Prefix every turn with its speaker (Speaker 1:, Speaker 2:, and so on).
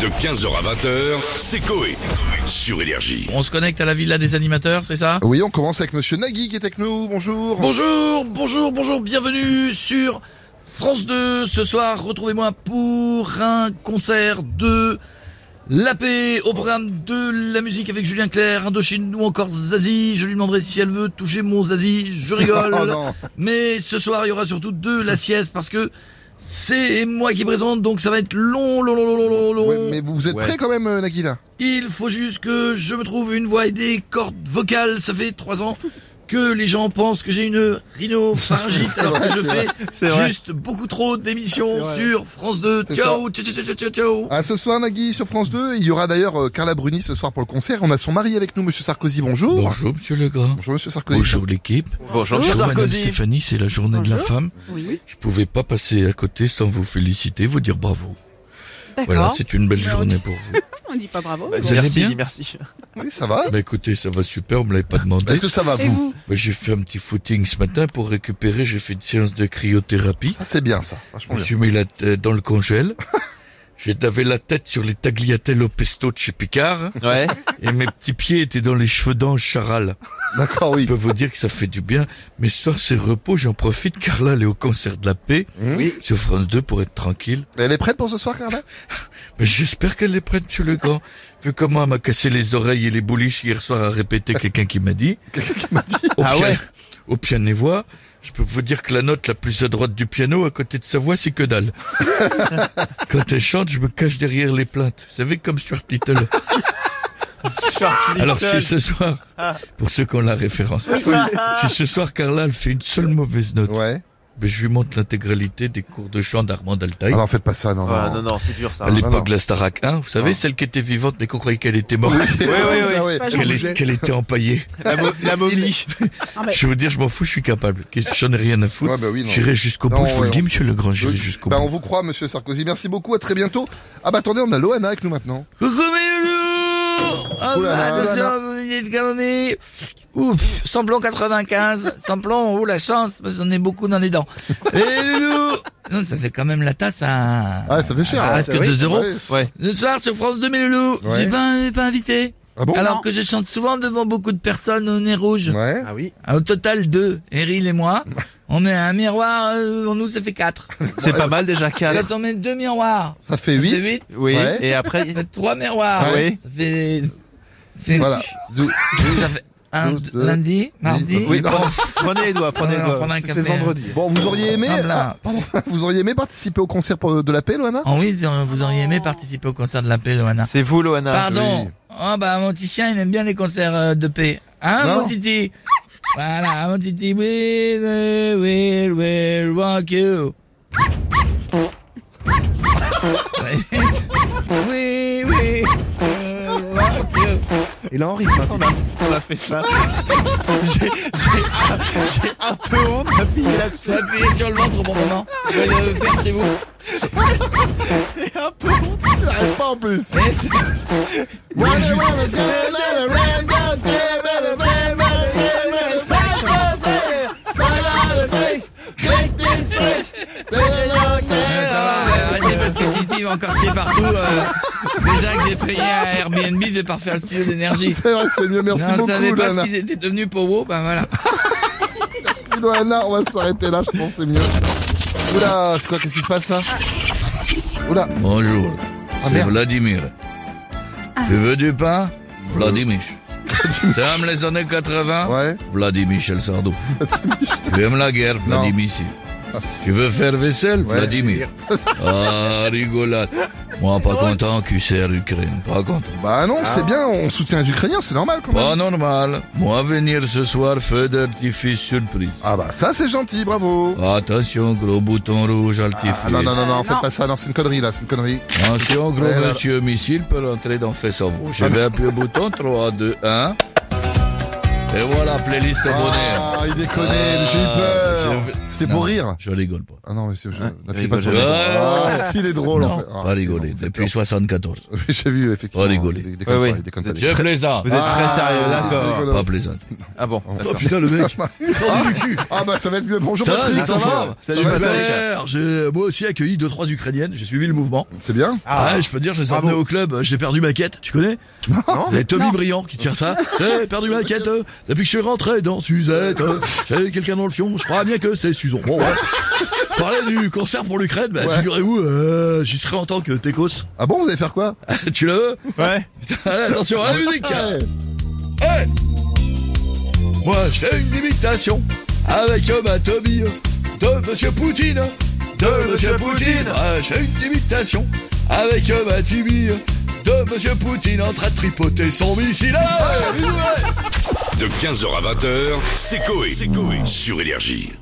Speaker 1: De 15h à 20h, c'est Coé. Sur Énergie.
Speaker 2: On se connecte à la villa des animateurs, c'est ça
Speaker 3: Oui, on commence avec Monsieur Nagui qui est avec nous. Bonjour.
Speaker 2: Bonjour, bonjour, bonjour, bienvenue sur France 2. Ce soir, retrouvez-moi pour un concert de la paix au programme de la musique avec Julien Clerc, Indochine ou encore Zazie. Je lui demanderai si elle veut toucher mon Zazie. Je rigole.
Speaker 3: Oh non.
Speaker 2: Mais ce soir, il y aura surtout de la sieste parce que c'est moi qui présente, donc ça va être long, long, long, long, long, long.
Speaker 3: Ouais, mais vous êtes prêt quand même, euh, Nagui là
Speaker 2: Il faut juste que je me trouve une voix et des cordes vocales. Ça fait trois ans que les gens pensent que j'ai une rhinopharyngite alors que je fais
Speaker 4: c'est vrai.
Speaker 2: juste beaucoup trop
Speaker 3: C'est
Speaker 2: d'émissions
Speaker 3: vrai.
Speaker 2: sur France 2.
Speaker 3: C'est
Speaker 2: Ciao, ciao, ciao, ciao, ciao, ciao.
Speaker 3: Ah, ce soir Nagui sur France 2. Il y aura d'ailleurs euh, Carla Bruni ce soir pour le concert. On a son mari avec nous, Monsieur Sarkozy. Bonjour.
Speaker 2: Bonjour, monsieur Legrand.
Speaker 3: Bonjour, Monsieur Sarkozy.
Speaker 2: Bonjour l'équipe.
Speaker 4: Bonjour,
Speaker 2: Bonjour, madame
Speaker 4: Sarkozy.
Speaker 2: Stéphanie, c'est la journée de la femme.
Speaker 5: Oui,
Speaker 2: Je pouvais pas passer à côté sans vous féliciter, vous dire bravo.
Speaker 5: d'accord.
Speaker 2: Voilà, c'est une belle
Speaker 5: Non.
Speaker 2: journée pour vous.
Speaker 5: Ah, On dit pas bravo.
Speaker 4: Bah,
Speaker 2: Vous allez
Speaker 4: merci,
Speaker 2: bien
Speaker 4: dis merci.
Speaker 3: Oui, ça va.
Speaker 2: Bah écoutez, ça va super, on me l'avait pas
Speaker 4: Bah
Speaker 2: demandé.
Speaker 3: Est-ce que ça va
Speaker 5: Et
Speaker 3: vous,
Speaker 5: vous
Speaker 2: Bah, j'ai fait un petit footing ce matin pour récupérer, j'ai fait une séance de cryothérapie.
Speaker 3: Ça c'est bien ça.
Speaker 2: Je
Speaker 3: Franchement
Speaker 2: me
Speaker 3: bien.
Speaker 2: suis mis la tête dans le congèle. J'ai lavé la tête sur les tagliatelles au pesto de chez Picard.
Speaker 4: Ouais.
Speaker 2: Et mes petits pieds étaient dans les cheveux d'ange charal.
Speaker 3: D'accord, oui.
Speaker 2: Je peux vous dire que ça fait du bien. Mais ce soir, c'est repos, j'en profite. Carla, elle est au concert de la paix.
Speaker 3: Oui.
Speaker 2: Sur France 2 pour être tranquille.
Speaker 3: Elle est prête pour ce soir, Carla
Speaker 2: Mais j'espère qu'elle les prête sur le grand. Vu comment elle m'a cassé les oreilles et les bouliches hier soir à répéter quelqu'un qui m'a dit. Au
Speaker 4: Ah
Speaker 2: pia-
Speaker 4: ouais.
Speaker 2: Au piano-voix, je peux vous dire que la note la plus à droite du piano, à côté de sa voix, c'est que dalle. Quand elle chante, je me cache derrière les plaintes. Vous savez, comme Stuart Little. Alors si ce soir, pour ceux qui ont la référence, si ce soir Carla elle fait une seule mauvaise note,
Speaker 3: Ouais.
Speaker 2: mais je lui montre l'intégralité des cours de chant d'Armand Altaï.
Speaker 3: Alors faites pas ça, non.
Speaker 4: Ah,
Speaker 3: non.
Speaker 4: non, non, c'est dur ça.
Speaker 2: à
Speaker 3: non, non.
Speaker 2: l'époque de la Starac 1, vous savez,
Speaker 3: Non.
Speaker 2: celle qui était vivante mais qu'on croyait qu'elle était morte,
Speaker 3: oui,
Speaker 4: oui,
Speaker 3: ça,
Speaker 5: Pas
Speaker 2: qu'elle est-
Speaker 5: gentil.
Speaker 2: qu'elle était empaillée.
Speaker 4: La, mo- la momie.
Speaker 5: Ah, bah,
Speaker 2: Je vais vous dire, je m'en fous, je suis capable. Qu'est-ce que J'en ai rien à foutre.
Speaker 3: Ouais, bah oui, non.
Speaker 2: J'irai jusqu'au
Speaker 3: Non,
Speaker 2: bout, je vous
Speaker 3: ouais,
Speaker 2: le dis,
Speaker 3: on-
Speaker 2: monsieur Legrand, j'irai
Speaker 3: Oui.
Speaker 2: jusqu'au
Speaker 3: Bah,
Speaker 2: bout.
Speaker 3: on vous croit, Monsieur Sarkozy. Merci beaucoup. À très bientôt. Ah bah attendez, on a Loana avec nous maintenant.
Speaker 2: Coucou mes loulous Oh bah,
Speaker 3: Oula, là, là,
Speaker 2: attention,
Speaker 3: là.
Speaker 2: vous venez de gommer. Ouf, samplon 95, samplon, oh la chance, parce que j'en ai beaucoup dans les dents. Et loulou Non, ça fait quand même la tasse à...
Speaker 3: Ah, ça fait cher.
Speaker 2: Ah,
Speaker 3: hein.
Speaker 2: est-ce que deux euros
Speaker 3: Ouais.
Speaker 2: Ce soir, sur France 2, mes loulous,
Speaker 3: Ouais.
Speaker 2: j'ai pas, j'ai pas invité.
Speaker 3: Ah bon
Speaker 2: Alors que je chante souvent devant beaucoup de personnes au nez rouge.
Speaker 3: Ouais.
Speaker 4: Ah oui.
Speaker 2: Au total, deux, Eril et moi. On met un miroir, euh, on nous, ça fait quatre.
Speaker 4: C'est pas mal déjà, 4.
Speaker 3: Ah,
Speaker 2: Quand on met deux miroirs,
Speaker 3: Ça fait
Speaker 2: ça fait
Speaker 3: 8.
Speaker 2: huit.
Speaker 4: Oui.
Speaker 3: Ouais.
Speaker 4: Et après.
Speaker 2: Ça fait trois miroirs.
Speaker 4: Ah oui.
Speaker 2: Ça fait... ça fait-
Speaker 3: Voilà. Dou-
Speaker 2: Ça fait un,
Speaker 3: Douze, deux,
Speaker 2: lundi, mardi.
Speaker 4: Oui,
Speaker 3: Non.
Speaker 4: bon, prenez les doigts, prenez
Speaker 2: Non,
Speaker 4: les
Speaker 2: non,
Speaker 4: doigts.
Speaker 2: prendre un
Speaker 4: C'était
Speaker 2: café.
Speaker 4: vendredi.
Speaker 3: Bon, vous auriez aimé,
Speaker 2: Ah, là.
Speaker 3: ah, pardon, vous auriez aimé participer au concert pour- euh, de la paix, Loana
Speaker 2: Oh oui, vous auriez aimé participer au concert de la paix, Loana.
Speaker 4: C'est vous, Loana.
Speaker 2: Pardon.
Speaker 3: Ah, oui.
Speaker 2: Oh bah mon petit chien, il aime bien les concerts euh, de paix. Hein,
Speaker 3: Non.
Speaker 2: mon titi Voilà, mon titi. We will, we will rock you. oui, oui.
Speaker 4: Ah. Il a hein, Henri on, a, on a fait ça. J'ai- J'ai j'ai un peu honte d'appuyer là-dessus.
Speaker 2: Tu vas appuyer sur le ventre au bon moment. Je vais le faire, c'est vous.
Speaker 4: J'ai un peu honte.
Speaker 3: J'arrive pas en plus.
Speaker 2: Et c'est-
Speaker 4: Ah.
Speaker 2: Ouais, ça va, arrêtez parce que Titi va encore chier partout. euh, déjà que j'ai payé à Airbnb, je vais pas refaire le studio d'énergie.
Speaker 3: C'est vrai, c'est mieux. Merci
Speaker 2: Non, je
Speaker 3: beaucoup,
Speaker 2: savais pas ce
Speaker 3: Loana.
Speaker 2: qu'ils étaient devenus pauvres, ben voilà.
Speaker 3: Loana, on va s'arrêter là, je pense, c'est mieux. Oula, c'est quoi, qu'est-ce qui se passe là Oula,
Speaker 2: Bonjour,
Speaker 3: ah
Speaker 2: c'est
Speaker 3: merde. Ah.
Speaker 2: Vladimir. Tu veux du pain Vladimir. T'aimes les années 80
Speaker 3: Ouais,
Speaker 2: Vladimir El Sardou. tu aimes la guerre Vladimir. Tu veux faire vaisselle
Speaker 3: Ouais.
Speaker 2: Vladimir. Ah, rigolade. Moi, pas content, QCR Ukraine. Pas content.
Speaker 3: bah non,
Speaker 2: Ah.
Speaker 3: c'est bien, on soutient les Ukrainiens, c'est normal quand même.
Speaker 2: Pas normal. Moi, venir ce soir, feu d'artifice surprise.
Speaker 3: Ah bah ça, c'est gentil, bravo.
Speaker 2: Oh. Attention, gros bouton rouge, artifice.
Speaker 3: Ah non, non, non, non,
Speaker 5: Euh,
Speaker 3: faites
Speaker 5: non.
Speaker 3: pas ça, non, c'est une connerie là, c'est une connerie.
Speaker 2: Attention, gros
Speaker 3: Ouais, alors.
Speaker 2: monsieur missile peut rentrer dans fait sans vous. Je vais appuyer le bouton 3, 2, 1.
Speaker 6: Et voilà, playlist abonnée.
Speaker 3: Ah, il déconne, mais j'ai eu
Speaker 2: Euh,
Speaker 3: peur.
Speaker 6: j'ai-
Speaker 3: C'est
Speaker 6: Non.
Speaker 3: pour rire.
Speaker 6: Je rigole pas.
Speaker 3: Ah non, mais c'est, je, n'appuie
Speaker 4: il
Speaker 3: pas sur le
Speaker 6: rigole.
Speaker 3: bouton.
Speaker 6: Ouais.
Speaker 3: Ah, si, il est drôle, en
Speaker 6: Non,
Speaker 3: fait. Ah,
Speaker 6: pas
Speaker 3: putain,
Speaker 6: rigoler.
Speaker 3: il me fait
Speaker 6: Depuis 74.
Speaker 3: peur. J'ai vu, effectivement.
Speaker 6: Pas rigoler.
Speaker 3: Il déconne
Speaker 4: Ouais,
Speaker 3: pas,
Speaker 4: ouais.
Speaker 3: il déconne pas.
Speaker 4: Vous
Speaker 3: il
Speaker 4: êtes
Speaker 6: Je
Speaker 3: déconne.
Speaker 6: plaisante.
Speaker 4: Vous êtes très
Speaker 3: Ah,
Speaker 4: sérieux,
Speaker 3: il
Speaker 4: d'accord.
Speaker 3: déconne.
Speaker 6: Pas plaisante.
Speaker 4: Ah bon, d'accord.
Speaker 6: Oh, putain, le mec.
Speaker 3: Ah bah, ça va être mieux. Bonjour
Speaker 6: Ça va,
Speaker 3: Patrick,
Speaker 6: Nathan
Speaker 3: ça va
Speaker 6: Fort
Speaker 4: Salut,
Speaker 3: Ça va,
Speaker 4: Patrick.
Speaker 6: Super. J'ai moi aussi accueilli deux trois Ukrainiennes. J'ai suivi le mouvement.
Speaker 3: C'est bien
Speaker 6: Ah,
Speaker 4: Ah,
Speaker 6: ouais, je peux te dire, je les ai
Speaker 4: Bravo.
Speaker 6: emmenés au club, euh, j'ai perdu ma quête, tu connais Non. Il y a Tommy Briand qui tient ça. J'ai perdu ma quête euh, depuis que je suis rentré dans Suzette. euh, J'avais quelqu'un dans le fion, je crois bien que c'est Suzon. Bon, ouais. Parler du concert pour l'Ukraine, bah,
Speaker 3: Ouais.
Speaker 6: figurez-vous, euh, j'y serai en tant que Tekos.
Speaker 3: Ah bon, vous allez faire quoi
Speaker 6: tu le veux
Speaker 4: Ouais.
Speaker 6: Putain, allez, attention à la musique
Speaker 3: Ouais.
Speaker 6: Hey Moi, je fais une imitation avec euh, ma Tommy euh, de Monsieur Poutine, de Monsieur Poutine. Ouais, je fais une imitation avec euh, ma Timmy euh, de Monsieur Poutine en train de tripoter son missile. Ah, Ouais, bisous, ouais.
Speaker 1: De 15h à 20h, c'est Coé sur Énergie.